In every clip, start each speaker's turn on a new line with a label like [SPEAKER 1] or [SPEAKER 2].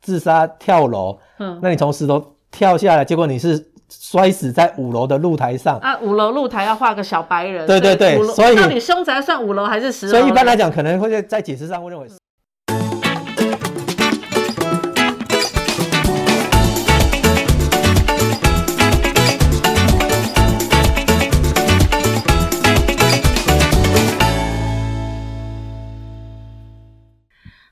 [SPEAKER 1] 自杀跳楼，
[SPEAKER 2] 嗯
[SPEAKER 1] 那你从十楼跳下来，结果你是摔死在五楼的露台上，
[SPEAKER 2] 啊，五楼露台要画个小白人，
[SPEAKER 1] 对对对
[SPEAKER 2] 五楼
[SPEAKER 1] 所以
[SPEAKER 2] 到底凶宅算五楼还是十楼呢？
[SPEAKER 1] 所以一般来讲，可能会在在解释上会认为
[SPEAKER 2] 嗯
[SPEAKER 1] 是。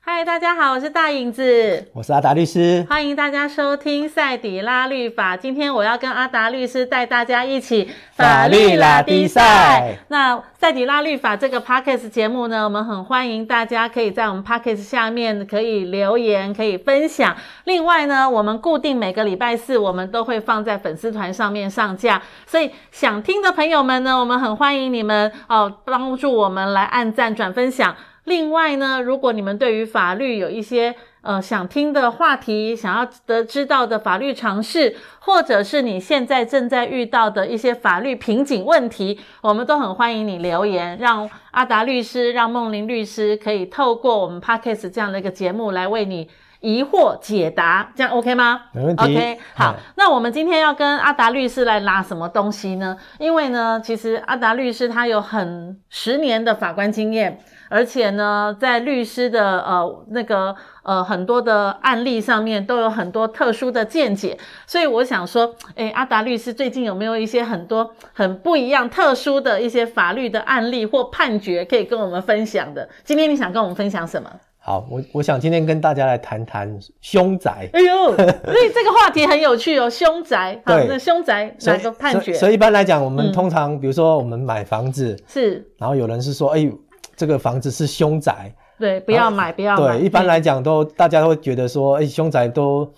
[SPEAKER 2] 嗨，大家好，我是大影子。
[SPEAKER 1] 我是阿达律师，
[SPEAKER 2] 欢迎大家收听赛底拉律法。今天我要跟阿达律师带大家一起
[SPEAKER 1] 法律拉低赛。
[SPEAKER 2] 那赛底拉律法这个 podcast 节目呢，我们很欢迎大家可以在我们 podcast 下面可以留言，可以分享。另外呢，我们固定每个礼拜四我们都会放在粉丝团上面上架，所以想听的朋友们呢，我们很欢迎你们哦，帮助我们来按赞、转分享。另外呢，如果你们对于法律有一些呃想听的话题，想要得知道的法律常识，或者是你现在正在遇到的一些法律瓶颈问题，我们都很欢迎你留言，让阿达律师、让梦玲律师可以透过我们 podcast 这样的一个节目来为你疑惑解答，这样 OK 吗？
[SPEAKER 1] 没问题。
[SPEAKER 2] OK，好
[SPEAKER 1] 嗯，
[SPEAKER 2] 那我们今天要跟阿达律师来拉什么东西呢？因为呢，其实阿达律师他有很十年的法官经验，而且呢，在律师的呃那个呃很多的案例上面都有很多特殊的见解，所以我想说，诶，阿达律师最近有没有一些很多很不一样、特殊的一些法律的案例或判决可以跟我们分享的？今天你想跟我们分享什么？
[SPEAKER 1] 好，我我想今天跟大家来谈谈凶宅。
[SPEAKER 2] 哎呦，所以这个话题很有 趣哦，凶宅。好，
[SPEAKER 1] 对
[SPEAKER 2] 那凶宅哪个判
[SPEAKER 1] 所
[SPEAKER 2] 决
[SPEAKER 1] 以？所以一般来讲，我们
[SPEAKER 2] 嗯
[SPEAKER 1] 通常、比如说我们买房子，
[SPEAKER 2] 是
[SPEAKER 1] 然后有人是说，哎、这个房子是凶宅。
[SPEAKER 2] 对，不要买，不要买。
[SPEAKER 1] 啊对，一般来讲都大家都会觉得说，哎、凶宅都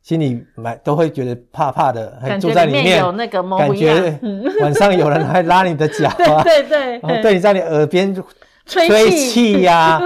[SPEAKER 1] 心里买都会觉得怕怕的，
[SPEAKER 2] 感
[SPEAKER 1] 住
[SPEAKER 2] 觉
[SPEAKER 1] 在
[SPEAKER 2] 里
[SPEAKER 1] 里
[SPEAKER 2] 面
[SPEAKER 1] 面
[SPEAKER 2] 有那个猫
[SPEAKER 1] 感
[SPEAKER 2] 不一样
[SPEAKER 1] 觉
[SPEAKER 2] 嗯
[SPEAKER 1] 晚上有人还拉你的脚啊，
[SPEAKER 2] 对对
[SPEAKER 1] 然后
[SPEAKER 2] 对，
[SPEAKER 1] 对你在你耳边
[SPEAKER 2] 吹
[SPEAKER 1] 吹气呀、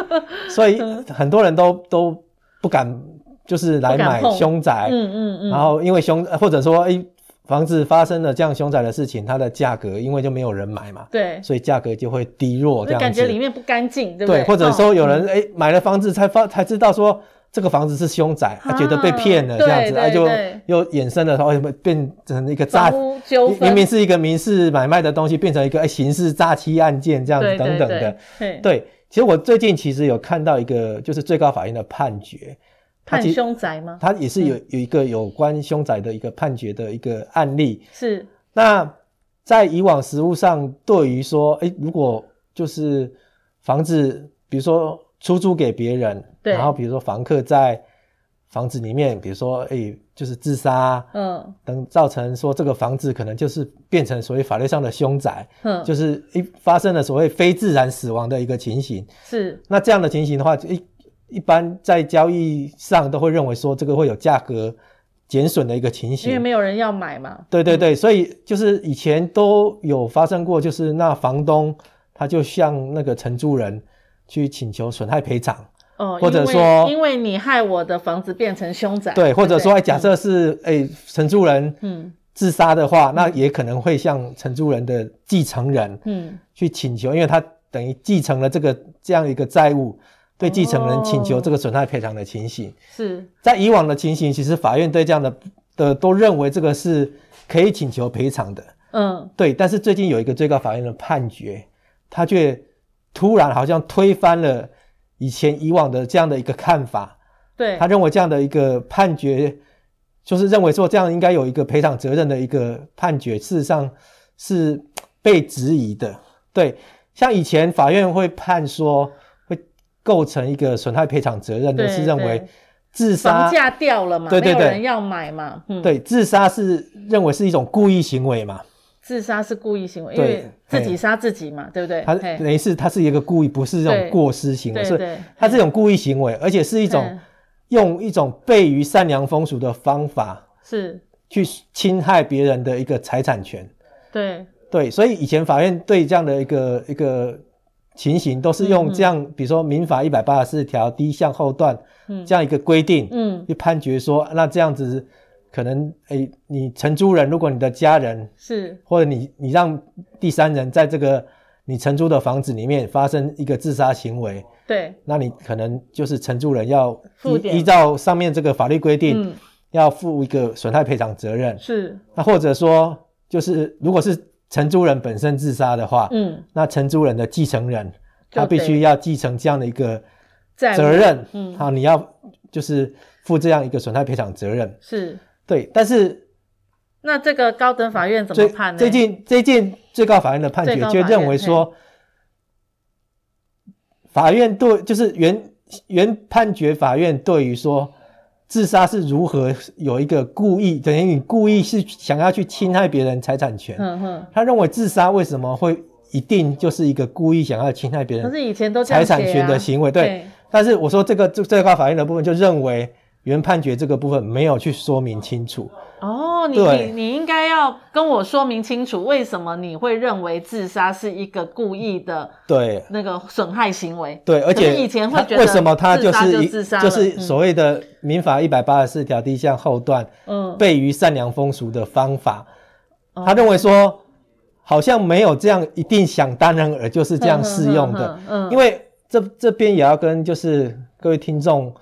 [SPEAKER 1] 所以很多人都都不敢就是来
[SPEAKER 2] 不敢
[SPEAKER 1] 买
[SPEAKER 2] 碰
[SPEAKER 1] 凶宅，
[SPEAKER 2] 嗯嗯嗯，
[SPEAKER 1] 然后因为凶或者说哎、房子发生了这样凶宅的事情，它的价格因为就没有人买嘛，
[SPEAKER 2] 对，
[SPEAKER 1] 所以价格就会低落这样
[SPEAKER 2] 就
[SPEAKER 1] 子，
[SPEAKER 2] 感觉里面不干净，对不
[SPEAKER 1] 对，或者说
[SPEAKER 2] 哦
[SPEAKER 1] 有人哎、诶买了房子才发才知道说这个房子是凶宅，他、
[SPEAKER 2] 啊
[SPEAKER 1] 觉得被骗了这样子，
[SPEAKER 2] 对
[SPEAKER 1] 他、就
[SPEAKER 2] 对
[SPEAKER 1] 又衍生了，然后变成一个诈
[SPEAKER 2] 房，屋纠纷，
[SPEAKER 1] 明明是一个民事买卖的东西，变成一个哎、诶刑事诈欺案件这样子
[SPEAKER 2] 对
[SPEAKER 1] 等
[SPEAKER 2] 对
[SPEAKER 1] 等
[SPEAKER 2] 对
[SPEAKER 1] 的。
[SPEAKER 2] 对，
[SPEAKER 1] 对，其实我最近其实有看到一个就是最高法院的判决，它
[SPEAKER 2] 判
[SPEAKER 1] 其实
[SPEAKER 2] 凶宅吗？
[SPEAKER 1] 它也是有
[SPEAKER 2] 嗯
[SPEAKER 1] 有一个有关凶宅的一个判决的一个案例。
[SPEAKER 2] 是
[SPEAKER 1] 那在以往实务上，对于说，哎，如果就是房子，比如说出租给别人，
[SPEAKER 2] 对
[SPEAKER 1] 然后比如说房客在房子里面，比如说，哎，就是自杀，
[SPEAKER 2] 嗯
[SPEAKER 1] 等造成说这个房子可能就是变成所谓法律上的凶宅，
[SPEAKER 2] 嗯，
[SPEAKER 1] 就是一发生了所谓非自然死亡的一个情形。
[SPEAKER 2] 是
[SPEAKER 1] 那这样的情形的话，就一一般在交易上都会认为说这个会有价格减损的一个情形，
[SPEAKER 2] 因为没有人要买嘛，
[SPEAKER 1] 对对对，所以就是以前都有发生过，就是那房东他就向那个承租人去请求损害赔偿，
[SPEAKER 2] 哦，
[SPEAKER 1] 或者
[SPEAKER 2] 因为
[SPEAKER 1] 说
[SPEAKER 2] 因为你害我的房子变成凶宅，
[SPEAKER 1] 对，或者
[SPEAKER 2] 不
[SPEAKER 1] 说哎假设是哎承租人
[SPEAKER 2] 嗯
[SPEAKER 1] 自杀的话，那也可能会向承租人的继承人
[SPEAKER 2] 嗯，
[SPEAKER 1] 去请求，因为他等于继承了这个这样一个债务，对继承人请求
[SPEAKER 2] 哦
[SPEAKER 1] 这个损害赔偿的情形。
[SPEAKER 2] 是
[SPEAKER 1] 在以往的情形，其实法院对这样的的都认为这个是可以请求赔偿的。
[SPEAKER 2] 嗯
[SPEAKER 1] 对，但是最近有一个最高法院的判决，他却突然好像推翻了以前以往的这样的一个看法。
[SPEAKER 2] 对
[SPEAKER 1] 他认为这样的一个判决，就是认为说这样应该有一个赔偿责任的一个判决，事实上是被质疑的。对，像以前法院会判说会构成一个损害赔偿责任的，
[SPEAKER 2] 对
[SPEAKER 1] 是认为
[SPEAKER 2] 对
[SPEAKER 1] 自
[SPEAKER 2] 房
[SPEAKER 1] 杀
[SPEAKER 2] 价掉了嘛，
[SPEAKER 1] 对对
[SPEAKER 2] 没有
[SPEAKER 1] 对
[SPEAKER 2] 人要买嘛，嗯。
[SPEAKER 1] 对自杀是认为是一种故意行为嘛。
[SPEAKER 2] 自杀是故意行为，因
[SPEAKER 1] 对
[SPEAKER 2] 为自己杀自己嘛，对不对？
[SPEAKER 1] 他
[SPEAKER 2] 嘿
[SPEAKER 1] 等于是他是一个故意，不是这种
[SPEAKER 2] 对
[SPEAKER 1] 过失行为，
[SPEAKER 2] 对
[SPEAKER 1] 所以
[SPEAKER 2] 对
[SPEAKER 1] 他这种故意行为，而且是一种
[SPEAKER 2] 嗯
[SPEAKER 1] 用一种悖于善良风俗的方法
[SPEAKER 2] 是，
[SPEAKER 1] 去侵害别人的一个财产权。
[SPEAKER 2] 对
[SPEAKER 1] 对，所以以前法院对这样的一个一个情形，都是用这样，比如说民法一百八十四条第一项后段、
[SPEAKER 2] 嗯
[SPEAKER 1] 这样一个规定，
[SPEAKER 2] 嗯
[SPEAKER 1] 去判决说，那这样子可能，诶，你承租人，如果你的家人
[SPEAKER 2] 是
[SPEAKER 1] 或者你你让第三人在这个你承租的房子里面发生一个自杀行为，
[SPEAKER 2] 对，
[SPEAKER 1] 那你可能就是承租人要
[SPEAKER 2] 负点
[SPEAKER 1] 依依照上面这个法律规定，
[SPEAKER 2] 嗯，
[SPEAKER 1] 要负一个损害赔偿责任。
[SPEAKER 2] 是，
[SPEAKER 1] 那或者说，就是如果是承租人本身自杀的话，
[SPEAKER 2] 嗯，
[SPEAKER 1] 那承租人的继承人
[SPEAKER 2] 就
[SPEAKER 1] 他必须
[SPEAKER 2] 得
[SPEAKER 1] 要继承这样的一个
[SPEAKER 2] 债务
[SPEAKER 1] 责任，
[SPEAKER 2] 嗯
[SPEAKER 1] 好，你要就是负这样一个损害赔偿责任。
[SPEAKER 2] 是。
[SPEAKER 1] 对，但是
[SPEAKER 2] 那这个高等法院怎么
[SPEAKER 1] 最
[SPEAKER 2] 判呢？
[SPEAKER 1] 最近最近最高法院的判决
[SPEAKER 2] 最高法
[SPEAKER 1] 就
[SPEAKER 2] 院
[SPEAKER 1] 认为说，法院对就是原原判决法院对于说自杀是如何有一个故意，等于你故意是想要去侵害别人财产权，
[SPEAKER 2] 嗯哼，
[SPEAKER 1] 他认为自杀为什么会一定就是一个故意想要侵害别
[SPEAKER 2] 可
[SPEAKER 1] 人
[SPEAKER 2] 是以前都这
[SPEAKER 1] 财
[SPEAKER 2] 样
[SPEAKER 1] 产
[SPEAKER 2] 写啊
[SPEAKER 1] 权的行为？对。
[SPEAKER 2] 对，
[SPEAKER 1] 但是我说这个最最高法院的部分就认为原判决这个部分没有去说明清楚。
[SPEAKER 2] 哦，你
[SPEAKER 1] 对
[SPEAKER 2] 你你应该要跟我说明清楚，为什么你会认为自杀是一个故意的
[SPEAKER 1] 对
[SPEAKER 2] 那个损害行为？
[SPEAKER 1] 对，而且
[SPEAKER 2] 可是以前会觉得
[SPEAKER 1] 为什么他就
[SPEAKER 2] 自杀
[SPEAKER 1] 是
[SPEAKER 2] 就
[SPEAKER 1] 一
[SPEAKER 2] 自杀了
[SPEAKER 1] 是所谓的民法一百八十四条第一项后段
[SPEAKER 2] 嗯，
[SPEAKER 1] 悖于善良风俗的方法
[SPEAKER 2] 哦，
[SPEAKER 1] 他认为说好像没有这样一定想当然而就是这样适用的。
[SPEAKER 2] 哼，哼嗯哼哼嗯，
[SPEAKER 1] 因为这这边也要跟就是各位听众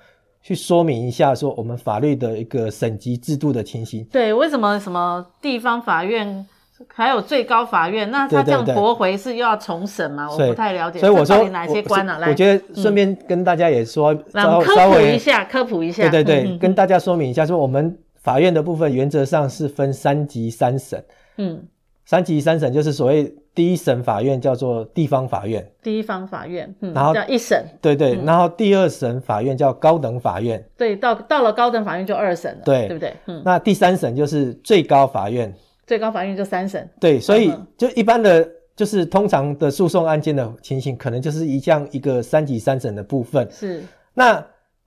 [SPEAKER 1] 去说明一下，说我们法律的一个审级制度的情形。
[SPEAKER 2] 对，为什么什么地方法院还有最高法院？那他
[SPEAKER 1] 对对
[SPEAKER 2] 这样
[SPEAKER 1] 对
[SPEAKER 2] 驳回是又要重审吗？我
[SPEAKER 1] 所以
[SPEAKER 2] 不太了解，
[SPEAKER 1] 所以我
[SPEAKER 2] 这
[SPEAKER 1] 说
[SPEAKER 2] 到底哪些官啊？
[SPEAKER 1] 我
[SPEAKER 2] 来，
[SPEAKER 1] 我觉得顺便跟大家也说，
[SPEAKER 2] 来
[SPEAKER 1] 稍
[SPEAKER 2] 我们
[SPEAKER 1] 稍
[SPEAKER 2] 科普一
[SPEAKER 1] 微
[SPEAKER 2] 下，科普一下，
[SPEAKER 1] 对对对，
[SPEAKER 2] 嗯
[SPEAKER 1] 跟大家说明一下，说我们法院的部分原则上是分三级三审，
[SPEAKER 2] 嗯，
[SPEAKER 1] 三级三审就是所谓第一审法院叫做地方法院，
[SPEAKER 2] 地方法院，嗯，
[SPEAKER 1] 然后
[SPEAKER 2] 叫一审，
[SPEAKER 1] 对对，
[SPEAKER 2] 嗯
[SPEAKER 1] 然后第二审法院叫高等法院，
[SPEAKER 2] 对，到到了高等法院就二审了，
[SPEAKER 1] 对
[SPEAKER 2] 对不对？嗯，
[SPEAKER 1] 那第三审就是最高法院，
[SPEAKER 2] 最高法院就三审，
[SPEAKER 1] 对，所以
[SPEAKER 2] 嗯
[SPEAKER 1] 就一般的，就是通常的诉讼案件的情形，可能就是一项一个三级三审的部分。
[SPEAKER 2] 是，
[SPEAKER 1] 那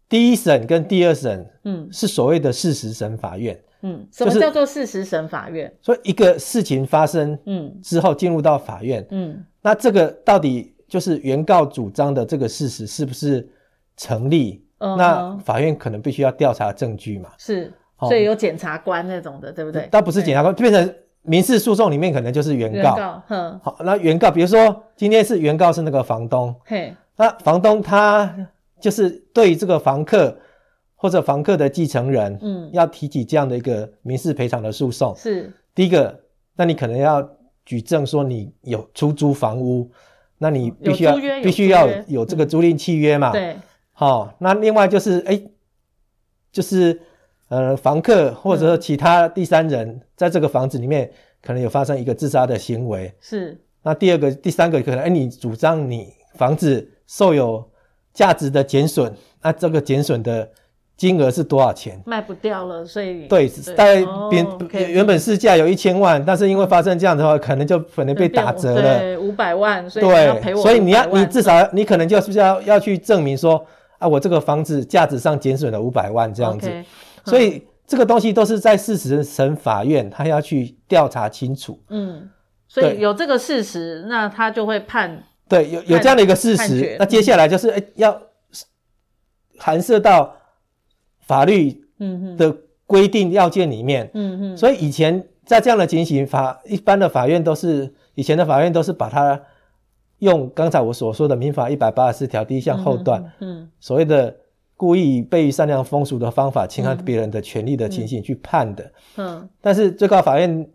[SPEAKER 1] 第一审跟第二审
[SPEAKER 2] 嗯
[SPEAKER 1] 是所谓的事实审法院，
[SPEAKER 2] 嗯，什
[SPEAKER 1] 就是
[SPEAKER 2] 么叫做事实审法院？
[SPEAKER 1] 所以一个事情发生
[SPEAKER 2] 嗯
[SPEAKER 1] 之后进入到法院，
[SPEAKER 2] 嗯，
[SPEAKER 1] 那这个到底就是原告主张的这个事实是不是成立？
[SPEAKER 2] 嗯哼
[SPEAKER 1] 那法院可能必须要调查证据嘛？
[SPEAKER 2] 是，
[SPEAKER 1] 哦
[SPEAKER 2] 所以有检察官那种的，对不对？
[SPEAKER 1] 但不是检察官，变成民事诉讼里面可能就是原
[SPEAKER 2] 原
[SPEAKER 1] 告。
[SPEAKER 2] 告，哼，
[SPEAKER 1] 好，那原告，比如说今天是原告是那个房东，
[SPEAKER 2] 嘿，
[SPEAKER 1] 那房东他就是对这个房客或者房客的继承人，
[SPEAKER 2] 嗯，
[SPEAKER 1] 要提起这样的一个民事赔偿的诉讼。
[SPEAKER 2] 是，
[SPEAKER 1] 第一个，那你可能要举证说你有出租房屋，那你必须
[SPEAKER 2] 哦有
[SPEAKER 1] 要
[SPEAKER 2] 租约有
[SPEAKER 1] 必须
[SPEAKER 2] 租
[SPEAKER 1] 要
[SPEAKER 2] 约嗯
[SPEAKER 1] 有这个租赁契约嘛？。
[SPEAKER 2] 对，
[SPEAKER 1] 好、那另外就是哎，就是呃，房客或者说其他第三人在这个房子里面可能有发生一个自杀的行为，
[SPEAKER 2] 是，
[SPEAKER 1] 那第二个、第三个可能，哎，你主张你房子受有价值的减损，那这个减损的金额是多少钱？
[SPEAKER 2] 卖不掉了，所以
[SPEAKER 1] 对，大概原、
[SPEAKER 2] 哦，OK
[SPEAKER 1] 原本市价有一千万，但是因为发生这样的话，可能就可能被打折了。
[SPEAKER 2] 对，五百万，所以你要赔
[SPEAKER 1] 对，
[SPEAKER 2] 我500万，
[SPEAKER 1] 所以你要你至少你可能就是要要去证明说啊，我这个房子价值上减损了五百万这样子。
[SPEAKER 2] OK，嗯
[SPEAKER 1] 所以这个东西都是在事实审法院，他要去调查清楚。
[SPEAKER 2] 嗯，所以
[SPEAKER 1] 对
[SPEAKER 2] 有这个事实，那他就会判，
[SPEAKER 1] 对，有有
[SPEAKER 2] 判
[SPEAKER 1] 这样的一个事
[SPEAKER 2] 判决嗯
[SPEAKER 1] 实。那接下来就是、哎要含涉到法律
[SPEAKER 2] 嗯哼，
[SPEAKER 1] 的规定要件里面。
[SPEAKER 2] 嗯哼，
[SPEAKER 1] 所以以前在这样的情形，法一般的法院都是以前的法院都是把它用刚才我所说的民法一百八十四条第一项后段、
[SPEAKER 2] 嗯，
[SPEAKER 1] 所谓的故意悖于善良风俗的方法侵害别人的权利的情形去判的。
[SPEAKER 2] 嗯嗯，
[SPEAKER 1] 但是最高法院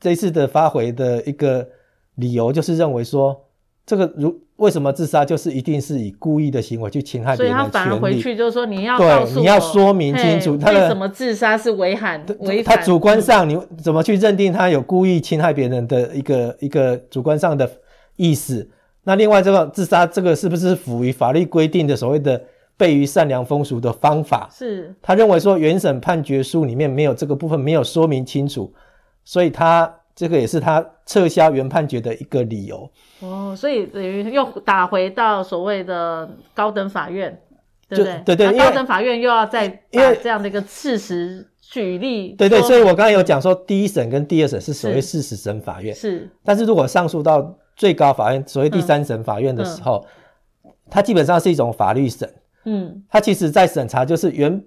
[SPEAKER 1] 这一次的发回的一个理由，就是认为说，这个如为什么自杀就是一定是以故意的行为去侵害
[SPEAKER 2] 所
[SPEAKER 1] 别
[SPEAKER 2] 以
[SPEAKER 1] 人
[SPEAKER 2] 他
[SPEAKER 1] 的
[SPEAKER 2] 反而
[SPEAKER 1] 权
[SPEAKER 2] 回
[SPEAKER 1] 利。
[SPEAKER 2] 去就是说，你要
[SPEAKER 1] 对
[SPEAKER 2] 告诉我
[SPEAKER 1] 你要说明清楚
[SPEAKER 2] 嘿
[SPEAKER 1] 他的
[SPEAKER 2] 为什么自杀是违反违
[SPEAKER 1] 他
[SPEAKER 2] 反嗯
[SPEAKER 1] 主观上你怎么去认定他有故意侵害别人的一个一个主观上的意思？那另外这个自杀这个是不是符于法律规定的所谓的悖于善良风俗的方法？
[SPEAKER 2] 是
[SPEAKER 1] 他认为说原审判决书里面没有这个部分没有说明清楚，所以他这个也是他撤销原判决的一个理由。
[SPEAKER 2] 哦，所以等于又打回到所谓的高等法院，对不对？
[SPEAKER 1] 对对
[SPEAKER 2] 那
[SPEAKER 1] 因为
[SPEAKER 2] 高等法院又要再
[SPEAKER 1] 因
[SPEAKER 2] 把
[SPEAKER 1] 为
[SPEAKER 2] 这样的一个事实举例说，
[SPEAKER 1] 对对，所以我刚才有讲说，第一审跟第二审是所谓事实审法院，
[SPEAKER 2] 是
[SPEAKER 1] 但是如果上诉到最高法院，所谓第三审法院的时候，它基本上是一种法律审，
[SPEAKER 2] 嗯
[SPEAKER 1] 它其实在审查就是原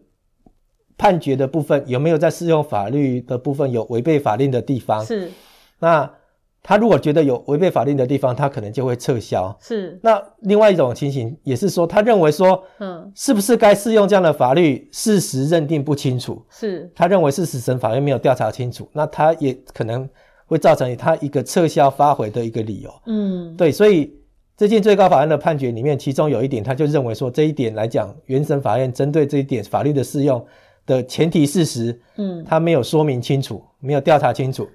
[SPEAKER 1] 判决的部分有没有在适用法律的部分有违背法令的地方。
[SPEAKER 2] 是
[SPEAKER 1] 那他如果觉得有违背法令的地方，他可能就会撤销。
[SPEAKER 2] 是，
[SPEAKER 1] 那另外一种情形也是说，他认为说
[SPEAKER 2] 嗯，
[SPEAKER 1] 是不是该适用这样的法律，事实认定不清楚，
[SPEAKER 2] 是，
[SPEAKER 1] 他认为是死审法院没有调查清楚，那他也可能会造成他一个撤销发回的一个理由。
[SPEAKER 2] 嗯，
[SPEAKER 1] 对，所以最近最高法院的判决里面，其中有一点，他就认为说这一点来讲，原审法院针对这一点法律的适用的前提事实，
[SPEAKER 2] 嗯，
[SPEAKER 1] 他没有说明清楚，没有调查清楚，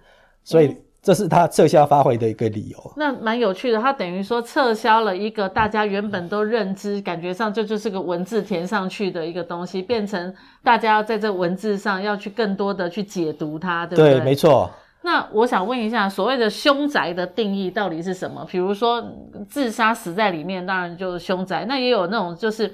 [SPEAKER 1] 所以这是他撤销发回的一个理由。
[SPEAKER 2] 那蛮有趣的，它等于说撤销了一个大家原本都认知，感觉上这就是个文字填上去的一个东西，变成大家要在这文字上要去更多的去解读它，对不对？
[SPEAKER 1] 对，没错。
[SPEAKER 2] 那我想问一下，所谓的凶宅的定义到底是什么？比如说嗯自杀死在里面，当然就是凶宅。那也有那种就是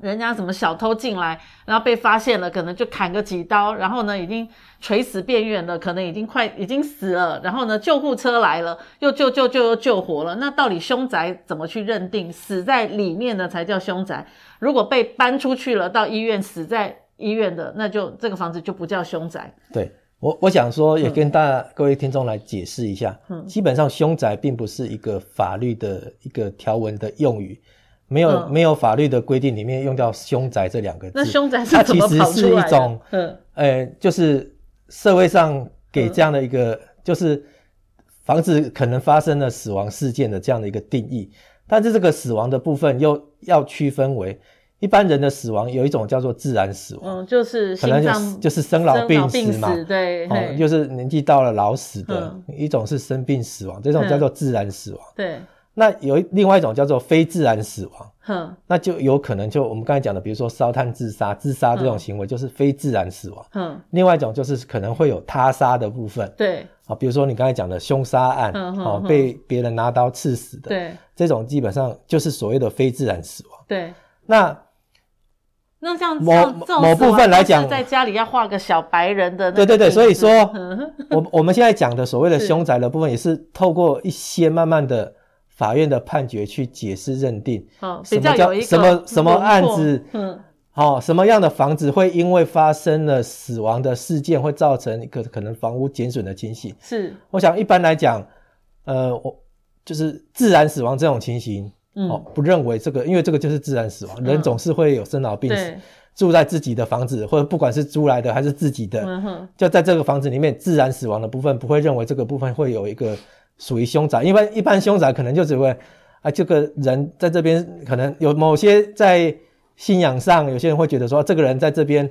[SPEAKER 2] 人家什么小偷进来，然后被发现了，可能就砍个几刀，然后呢已经垂死边缘了，可能已经快已经死了，然后呢救护车来了，又救救救又救活了。那到底凶宅怎么去认定？死在里面的才叫凶宅，如果被搬出去了到医院死在医院的，那就这个房子就不叫凶宅。
[SPEAKER 1] 对我，我想说也跟大家、各位听众来解释一下，
[SPEAKER 2] 嗯
[SPEAKER 1] 基本上凶宅并不是一个法律的一个条文的用语，没有、
[SPEAKER 2] 嗯
[SPEAKER 1] 没有法律的规定里面用到凶宅这两个字。
[SPEAKER 2] 那凶宅是
[SPEAKER 1] 它
[SPEAKER 2] 怎
[SPEAKER 1] 其
[SPEAKER 2] 么
[SPEAKER 1] 实
[SPEAKER 2] 跑
[SPEAKER 1] 是
[SPEAKER 2] 出
[SPEAKER 1] 一
[SPEAKER 2] 来的
[SPEAKER 1] 种？
[SPEAKER 2] 嗯，
[SPEAKER 1] 呃，就是社会上给这样的一
[SPEAKER 2] 嗯
[SPEAKER 1] 个，就是防止可能发生的死亡事件的这样的一个定义。但是这个死亡的部分又要区分为一般人的死亡，有一种叫做自然死亡，
[SPEAKER 2] 嗯，就是
[SPEAKER 1] 可
[SPEAKER 2] 心
[SPEAKER 1] 能就是
[SPEAKER 2] 脏
[SPEAKER 1] 就是生老病
[SPEAKER 2] 病
[SPEAKER 1] 死嘛，
[SPEAKER 2] 对，
[SPEAKER 1] 哦，
[SPEAKER 2] 嘿嗯
[SPEAKER 1] 就是年纪到了老死的、一种是生病死亡，这种叫做自然死亡。
[SPEAKER 2] 对，
[SPEAKER 1] 那有一另外一种叫做非自然死亡，
[SPEAKER 2] 哼
[SPEAKER 1] 那就有可能就我们刚才讲的，比如说烧炭自杀、自杀这种
[SPEAKER 2] 嗯
[SPEAKER 1] 行为就是非自然死亡。
[SPEAKER 2] 哼，
[SPEAKER 1] 另外一种就是可能会有他杀的部分
[SPEAKER 2] 对
[SPEAKER 1] 啊，比如说你刚才讲的凶杀案，
[SPEAKER 2] 嗯嗯
[SPEAKER 1] 哦
[SPEAKER 2] 嗯
[SPEAKER 1] 被别人拿刀刺死的，
[SPEAKER 2] 对
[SPEAKER 1] 这种基本上就是所谓的非自然死亡。
[SPEAKER 2] 对。
[SPEAKER 1] 那
[SPEAKER 2] 那像
[SPEAKER 1] 某
[SPEAKER 2] 像这种
[SPEAKER 1] 某
[SPEAKER 2] 死亡
[SPEAKER 1] 部分来讲
[SPEAKER 2] 都是在家里要画个小白人的那个
[SPEAKER 1] 对对对，
[SPEAKER 2] 印
[SPEAKER 1] 所以说
[SPEAKER 2] 嗯
[SPEAKER 1] 我我们现在讲的所谓的
[SPEAKER 2] 是
[SPEAKER 1] 凶宅的部分，也是透过一些慢慢的法院的判决去解释认定，
[SPEAKER 2] 嗯，
[SPEAKER 1] 什
[SPEAKER 2] 比
[SPEAKER 1] 么
[SPEAKER 2] 较
[SPEAKER 1] 叫
[SPEAKER 2] 有一个
[SPEAKER 1] 什么什么
[SPEAKER 2] 轮廓
[SPEAKER 1] 案子
[SPEAKER 2] 嗯
[SPEAKER 1] 哦，什么样的房子会因为发生了死亡的事件，会造成可可能房屋减损的情形。
[SPEAKER 2] 是
[SPEAKER 1] 我想一般来讲，呃，我就是自然死亡这种情形，
[SPEAKER 2] 嗯
[SPEAKER 1] 哦，不认为这个，因为这个就是自然死亡，人
[SPEAKER 2] 嗯
[SPEAKER 1] 总是会有生老病死，
[SPEAKER 2] 对
[SPEAKER 1] 住在自己的房子，或者不管是租来的还是自己的，
[SPEAKER 2] 嗯哼
[SPEAKER 1] 就在这个房子里面，自然死亡的部分不会认为这个部分会有一个属于凶宅，因为一般凶宅可能就只会啊，这个人在这边可能有某些在信仰上，有些人会觉得说啊这个人在这边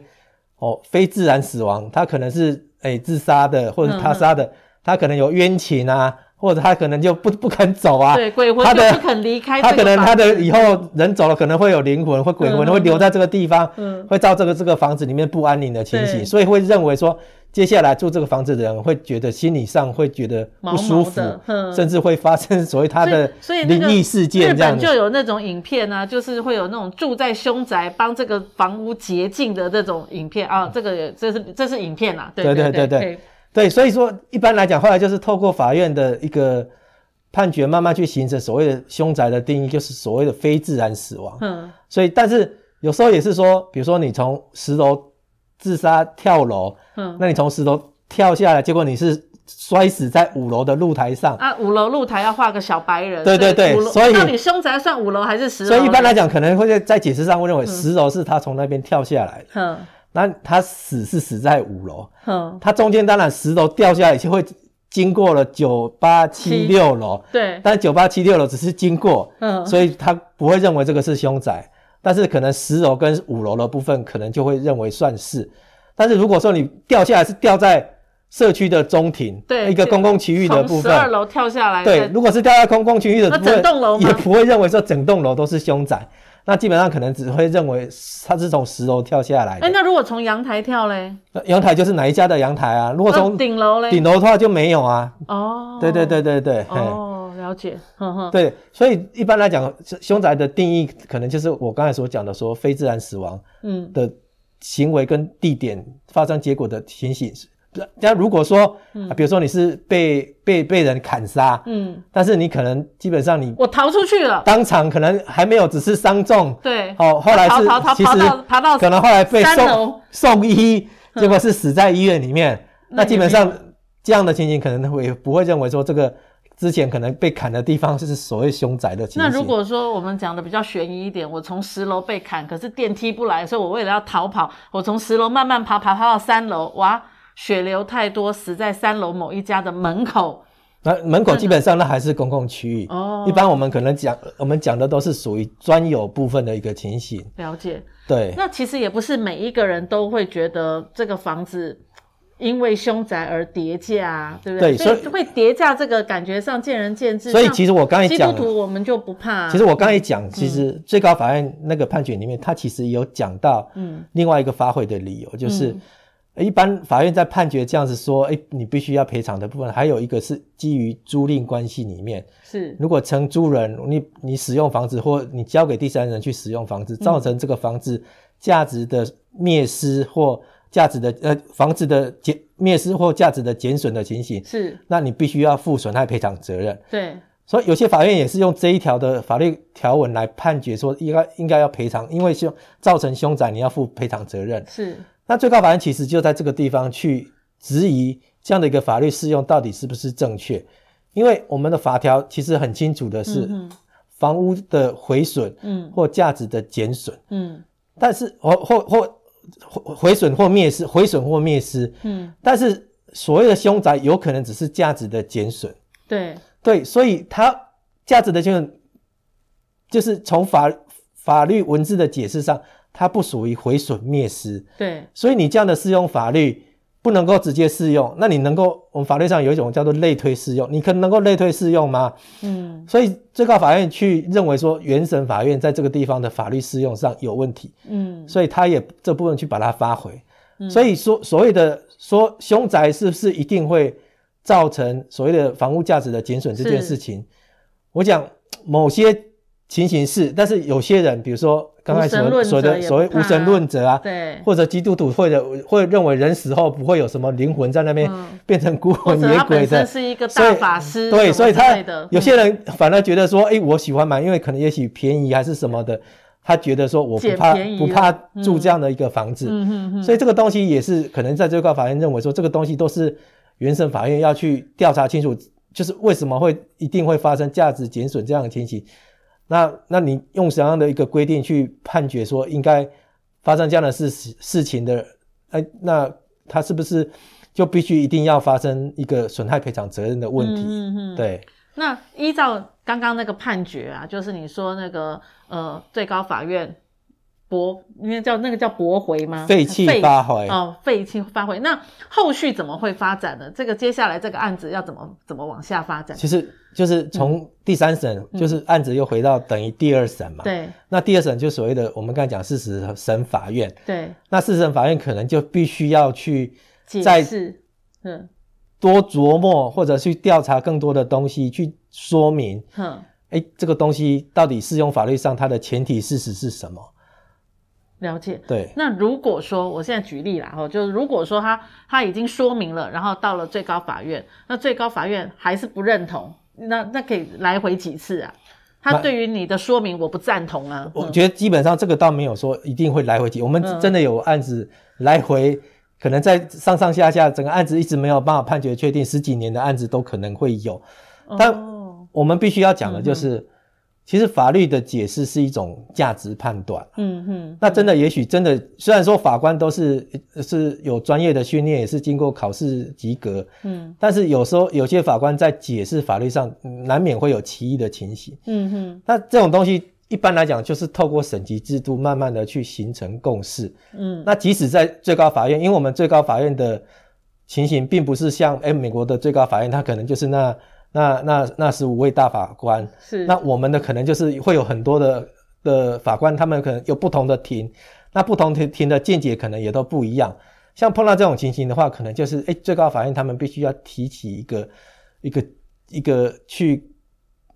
[SPEAKER 1] 哦非自然死亡，他可能是哎自杀的或者是他杀的，他可能有冤情啊，或者他可能就不不肯走啊，
[SPEAKER 2] 对鬼魂
[SPEAKER 1] 他
[SPEAKER 2] 就
[SPEAKER 1] 的
[SPEAKER 2] 不肯离开
[SPEAKER 1] 他
[SPEAKER 2] 这
[SPEAKER 1] 可
[SPEAKER 2] 个
[SPEAKER 1] 能
[SPEAKER 2] 房
[SPEAKER 1] 他的
[SPEAKER 2] 子
[SPEAKER 1] 以后人走了，可能会有灵魂或鬼
[SPEAKER 2] 嗯
[SPEAKER 1] 魂
[SPEAKER 2] 嗯
[SPEAKER 1] 会留在这个地方，
[SPEAKER 2] 嗯
[SPEAKER 1] 会造这个这个房子里面不安宁的情
[SPEAKER 2] 对
[SPEAKER 1] 形，所以会认为说，接下来住这个房子的人会觉得心理上会觉得不舒服，
[SPEAKER 2] 毛毛的嗯
[SPEAKER 1] 甚至会发生所谓他的
[SPEAKER 2] 所以所以那个
[SPEAKER 1] 灵异事件
[SPEAKER 2] 日
[SPEAKER 1] 这样
[SPEAKER 2] 本
[SPEAKER 1] 子
[SPEAKER 2] 就。有那种影片啊，就是会有那种住在凶宅帮这个房屋洁净的这种影片啊，这个也这是这是影片啊，对
[SPEAKER 1] 嗯对
[SPEAKER 2] 对
[SPEAKER 1] 对对
[SPEAKER 2] 对
[SPEAKER 1] 对，所以说一般来讲，后来就是透过法院的一个判决，慢慢去形成所谓的凶宅的定义，就是所谓的非自然死亡。
[SPEAKER 2] 嗯
[SPEAKER 1] 所以，但是有时候也是说，比如说你从十楼自杀跳楼，
[SPEAKER 2] 嗯
[SPEAKER 1] 那你从十楼跳下来，结果你是摔死在五楼的露台上，
[SPEAKER 2] 啊，五楼露台要画个小白人，
[SPEAKER 1] 对对对
[SPEAKER 2] 五楼
[SPEAKER 1] 所以
[SPEAKER 2] 到底凶宅算五楼还是十楼？
[SPEAKER 1] 所以一般来，讲，可能会在在解释上会认为
[SPEAKER 2] 嗯
[SPEAKER 1] 十楼是他从那边跳下来的，
[SPEAKER 2] 哼
[SPEAKER 1] 那他死是死在五楼，
[SPEAKER 2] 哼，
[SPEAKER 1] 他中间当然十楼掉下来就会经过了九八七六楼，
[SPEAKER 2] 对，
[SPEAKER 1] 但九八七六楼只是经过，
[SPEAKER 2] 嗯，
[SPEAKER 1] 所以他不会认为这个是凶宅，但是可能十楼跟五楼的部分可能就会认为算是，但是如果说你掉下来是掉在社区的中庭，
[SPEAKER 2] 对
[SPEAKER 1] 一个公共区域的
[SPEAKER 2] 从
[SPEAKER 1] 部
[SPEAKER 2] 十二
[SPEAKER 1] 分。
[SPEAKER 2] 楼跳下来，
[SPEAKER 1] 对，，如果是掉在公共区域的，
[SPEAKER 2] 那
[SPEAKER 1] 不会
[SPEAKER 2] 整栋楼吗
[SPEAKER 1] 也不会认为说整栋楼都是凶宅，那基本上可能只会认为他是从十楼跳下来的。
[SPEAKER 2] 哎，那如果从阳台跳嘞，
[SPEAKER 1] 那阳台就是哪一家的阳台啊？如果
[SPEAKER 2] 那
[SPEAKER 1] 从
[SPEAKER 2] 哦顶楼嘞，
[SPEAKER 1] 顶楼的话就没有啊。
[SPEAKER 2] 哦，
[SPEAKER 1] 对对，对对对，嘿
[SPEAKER 2] 哦，了解，哼哼，
[SPEAKER 1] 对，所以一般来讲，凶宅的定义可能就是我刚才所讲的说非自然死亡
[SPEAKER 2] 嗯
[SPEAKER 1] 的行为跟地点发生结果的情形。那如果说，啊比如说你是被被被人砍杀，
[SPEAKER 2] 嗯，
[SPEAKER 1] 但是你可能基本上你
[SPEAKER 2] 我逃出去了，
[SPEAKER 1] 当场可能还没有只是伤重，
[SPEAKER 2] 对，
[SPEAKER 1] 哦，后来
[SPEAKER 2] 逃
[SPEAKER 1] 是
[SPEAKER 2] 逃逃
[SPEAKER 1] 其
[SPEAKER 2] 逃到
[SPEAKER 1] 实
[SPEAKER 2] 爬到
[SPEAKER 1] 可能后来被
[SPEAKER 2] 三楼嗯
[SPEAKER 1] 送送医，结果是死在医院里面。
[SPEAKER 2] 那
[SPEAKER 1] 那基本上这样的情形可能会不会认为说这个之前可能被砍的地方是所谓凶宅的情形。
[SPEAKER 2] 那如果说我们讲的比较悬疑一点，我从十楼被砍，可是电梯不来，所以我为了要逃跑，我从十楼慢慢爬，爬爬到三楼，哇，血流太多，死在三楼某一家的门口。
[SPEAKER 1] 那门口基本上那还是公共区域，
[SPEAKER 2] 嗯哦
[SPEAKER 1] 一般我们可能讲我们讲的都是属于专有部分的一个情形。
[SPEAKER 2] 了解。
[SPEAKER 1] 对，
[SPEAKER 2] 那其实也不是每一个人都会觉得这个房子因为凶宅而叠价啊，对不对？
[SPEAKER 1] 对
[SPEAKER 2] 所以
[SPEAKER 1] 所以
[SPEAKER 2] 会叠价这个感觉上见仁见智。
[SPEAKER 1] 所以其实我刚才
[SPEAKER 2] 像基督
[SPEAKER 1] 讲，
[SPEAKER 2] 徒我们就不怕啊、
[SPEAKER 1] 其实我刚才讲，其实最高法院那个判决里面，他其实有讲到
[SPEAKER 2] 嗯
[SPEAKER 1] 另外一个发回的理由，就是一般法院在判决这样子说，哎，你必须要赔偿的部分，还有一个是基于租赁关系里面，
[SPEAKER 2] 是
[SPEAKER 1] 如果承租人你你使用房子或你交给第三人去使用房子，造成这个房子价值的灭失或价值的呃房子的减灭失或价值的减损的情形，
[SPEAKER 2] 是，
[SPEAKER 1] 那你必须要负损害赔偿责任。
[SPEAKER 2] 对，
[SPEAKER 1] 所以有些法院也是用这一条的法律条文来判决说应该应该要赔偿，因为凶造成凶宅你要负赔偿责任。
[SPEAKER 2] 是
[SPEAKER 1] 那最高法院其实就在这个地方去质疑这样的一个法律适用到底是不是正确，因为我们的法条其实很清楚的是，房屋的毁损
[SPEAKER 2] 嗯
[SPEAKER 1] 或价值的减损，
[SPEAKER 2] 嗯
[SPEAKER 1] 但是或或或毁毁损或灭失，毁损或灭失，
[SPEAKER 2] 嗯，
[SPEAKER 1] 但是所谓的凶宅有可能只是价值的减损。
[SPEAKER 2] 对，
[SPEAKER 1] 对，所以它价值的权衡，就是从法法律文字的解释上，它不属于毁损灭失，
[SPEAKER 2] 对，
[SPEAKER 1] 所以你这样的适用法律不能够直接适用。那你能够，我们法律上有一种叫做类推适用，你可能能够类推适用吗？
[SPEAKER 2] 嗯
[SPEAKER 1] 所以最高法院去认为说，原审法院在这个地方的法律适用上有问题，
[SPEAKER 2] 嗯，
[SPEAKER 1] 所以他也这部分去把它发回。所以说，所谓的说凶宅是不是一定会造成所谓的房屋价值的减损这件
[SPEAKER 2] 是
[SPEAKER 1] 事情，我讲某些情形是，但是有些人，比如说刚才
[SPEAKER 2] 无神
[SPEAKER 1] 所
[SPEAKER 2] 论者
[SPEAKER 1] 所谓的
[SPEAKER 2] 也
[SPEAKER 1] 所谓
[SPEAKER 2] 怕
[SPEAKER 1] 无神论者啊，
[SPEAKER 2] 对，
[SPEAKER 1] 或者基督徒或者会认为人死后不会有什么灵魂在那边
[SPEAKER 2] 嗯
[SPEAKER 1] 变成孤
[SPEAKER 2] 或
[SPEAKER 1] 魂
[SPEAKER 2] 者
[SPEAKER 1] 野
[SPEAKER 2] 他
[SPEAKER 1] 鬼
[SPEAKER 2] 本身
[SPEAKER 1] 的，
[SPEAKER 2] 是一个
[SPEAKER 1] 所
[SPEAKER 2] 大
[SPEAKER 1] 以
[SPEAKER 2] 法师什么之类
[SPEAKER 1] 对，
[SPEAKER 2] 的，
[SPEAKER 1] 所以他有
[SPEAKER 2] 嗯
[SPEAKER 1] 些人反而觉得说，哎、我喜欢买，因为可能也许便宜还是什么的，他觉得说我不
[SPEAKER 2] 捡
[SPEAKER 1] 怕
[SPEAKER 2] 便宜
[SPEAKER 1] 不
[SPEAKER 2] 了
[SPEAKER 1] 怕住这样的一个房子，
[SPEAKER 2] 嗯嗯嗯，
[SPEAKER 1] 所以这个东西也是可能在最高法院认为说，这个东西都是原审法院要去调查清楚，就是为什么会一定会发生价值减损这样的情形。那那你用什么样的一个规定去判决说应该发生这样的事事情的？哎，那他是不是就必须一定要发生一个损害赔偿责任的问题？
[SPEAKER 2] 嗯嗯嗯
[SPEAKER 1] 对，
[SPEAKER 2] 那依照刚刚那个判决啊，就是你说那个呃最高法院驳，因为叫那个叫驳回吗？
[SPEAKER 1] 废弃发回
[SPEAKER 2] 啊哦，废弃发回。那后续怎么会发展呢？这个接下来这个案子要怎么怎么往下发展？
[SPEAKER 1] 其实就是从第三审，就是案子又回到等于第二审嘛。
[SPEAKER 2] 嗯对
[SPEAKER 1] 那第二审就所谓的我们刚才讲事实审法院，
[SPEAKER 2] 对，
[SPEAKER 1] 那四审法院可能就必须要去
[SPEAKER 2] 解
[SPEAKER 1] 在
[SPEAKER 2] 释，嗯
[SPEAKER 1] 多琢磨，或者去调查更多的东西，去说明，
[SPEAKER 2] 哼，
[SPEAKER 1] 哎，这个东西到底适用法律上它的前提事实是什么？
[SPEAKER 2] 了解。
[SPEAKER 1] 对，
[SPEAKER 2] 那如果说我现在举例啦，哦，就是如果说他他已经说明了，然后到了最高法院，那最高法院还是不认同，那那可以来回几次啊？他
[SPEAKER 1] 那
[SPEAKER 2] 对于你的说明我不赞同啊，
[SPEAKER 1] 我
[SPEAKER 2] 嗯
[SPEAKER 1] 觉得基本上这个倒没有说一定会来回提，我们
[SPEAKER 2] 嗯
[SPEAKER 1] 真的有案子来回。可能在上上下下整个案子一直没有办法判决确定，十几年的案子都可能会有。但
[SPEAKER 2] 哦
[SPEAKER 1] 我们必须要讲的就是，其实法律的解释是一种价值判断。
[SPEAKER 2] 嗯哼，
[SPEAKER 1] 那真的，也许真的，虽然说法官都是是有专业的训练，也是经过考试及格，
[SPEAKER 2] 嗯
[SPEAKER 1] 但是有时候有些法官在解释法律上，嗯难免会有歧义的情形。
[SPEAKER 2] 嗯哼，
[SPEAKER 1] 那这种东西一般来讲，就是透过审级制度，慢慢的去形成共识。
[SPEAKER 2] 嗯
[SPEAKER 1] 那即使在最高法院，因为我们最高法院的情形并不是像哎美国的最高法院，它可能就是那那那那十五位大法官，
[SPEAKER 2] 是
[SPEAKER 1] 那我们的可能就是会有很多的的法官，他们可能有不同的庭，那不同庭庭的见解可能也都不一样。像碰到这种情形的话，可能就是哎，最高法院他们必须要提起一个一个一个去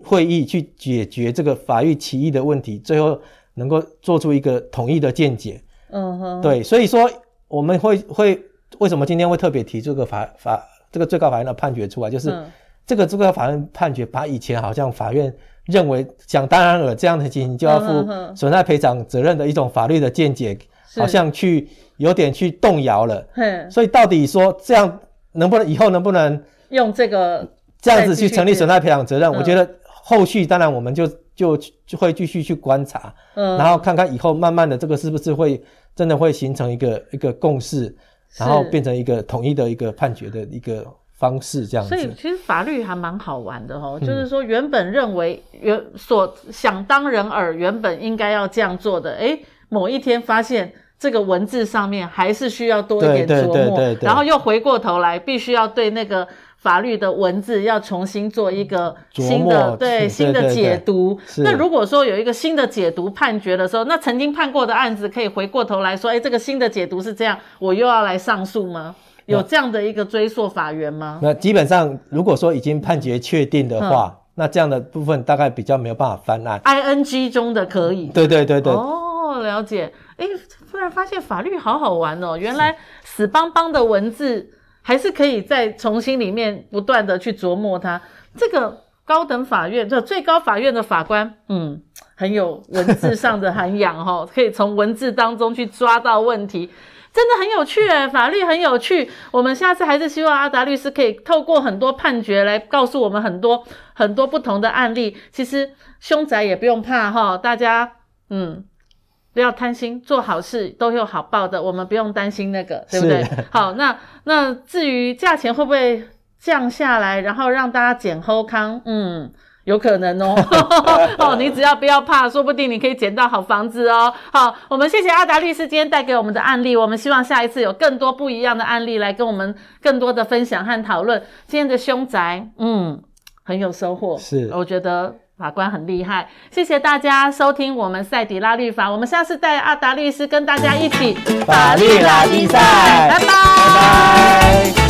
[SPEAKER 1] 会议去解决这个法律歧义的问题，最后能够做出一个统一的见解。
[SPEAKER 2] 嗯哼，
[SPEAKER 1] 对，所以说我们会会为什么今天会特别提这个法法这个最高法院的判决出来，就是。
[SPEAKER 2] 嗯
[SPEAKER 1] 这个最高法院判决把以前好像法院认为想当然了这样的情形就要
[SPEAKER 2] 嗯
[SPEAKER 1] 负
[SPEAKER 2] 嗯嗯
[SPEAKER 1] 损害赔偿责任的一种法律的见解，
[SPEAKER 2] 是
[SPEAKER 1] 好像去有点去动摇了。
[SPEAKER 2] 嘿
[SPEAKER 1] 所以到底说这样能不能以后能不能
[SPEAKER 2] 用这个
[SPEAKER 1] 这样子去成立损
[SPEAKER 2] 害，
[SPEAKER 1] 害赔偿责任？
[SPEAKER 2] 嗯
[SPEAKER 1] 我觉得后续当然我们就就就会继续去观察，
[SPEAKER 2] 嗯
[SPEAKER 1] 然后看看以后慢慢的这个是不是会真的会形成一个一个共识，然后
[SPEAKER 2] 是
[SPEAKER 1] 变成一个统一的一个判决的一个方式这样
[SPEAKER 2] 所以
[SPEAKER 1] 子。嗯
[SPEAKER 2] 其实法律还蛮好玩的哦，就是说原本认为原所想当人耳，原本应该要这样做的，诶，某一天发现这个文字上面还是需要多一点
[SPEAKER 1] 对
[SPEAKER 2] 琢
[SPEAKER 1] 对
[SPEAKER 2] 磨，
[SPEAKER 1] 对对对
[SPEAKER 2] 然后又回过头来，必须要对那个法律的文字要重新做一个新
[SPEAKER 1] 琢
[SPEAKER 2] 的
[SPEAKER 1] 磨
[SPEAKER 2] 对
[SPEAKER 1] 是
[SPEAKER 2] 新的
[SPEAKER 1] 对对
[SPEAKER 2] 解
[SPEAKER 1] 对
[SPEAKER 2] 读。
[SPEAKER 1] 是
[SPEAKER 2] 那如果说有一个新的解读判决的时候，那曾经判过的案子可以回过头来说，诶，这个新的解读是这样，我又要来上诉吗？有这样的一个追溯法源吗？
[SPEAKER 1] 那基本上如果说已经判决确定的
[SPEAKER 2] 嗯
[SPEAKER 1] 话，那这样的部分大概比较没有办法翻案。
[SPEAKER 2] I N G 中的可以。
[SPEAKER 1] 对对嗯对对，
[SPEAKER 2] 哦，了解。哎，突然发现法律好好玩哦，原来死邦邦的文字还是可以再重新里面不断的去琢磨它。这个高等法院，这最高法院的法官，嗯，很有文字上的涵养哦， 可以从文字当中去抓到问题。真的很有趣哎，法律很有趣。我们下次还是希望阿达律师可以透过很多判决来告诉我们很多很多不同的案例。其实凶宅也不用怕哈，大家嗯不要贪心，做好事都有好报的，我们不用担心那个，对不对
[SPEAKER 1] 是？
[SPEAKER 2] 好，那那至于价钱会不会降下来，然后让大家捡后康，嗯。有可能哦， 哦，你只要不要怕，说不定你可以捡到好房子哦。好，我们谢谢阿达律师今天带给我们的案例，我们希望下一次有更多不一样的案例来跟我们更多的分享和讨论。今天的凶宅，嗯，很有收获，
[SPEAKER 1] 是
[SPEAKER 2] 我觉得。法官很厉害，谢谢大家收听我们赛迪拉律法，我们下次带阿达律师跟大家一起
[SPEAKER 1] 法律拉力赛
[SPEAKER 2] 拜拜哦
[SPEAKER 1] 拜拜。
[SPEAKER 2] 哦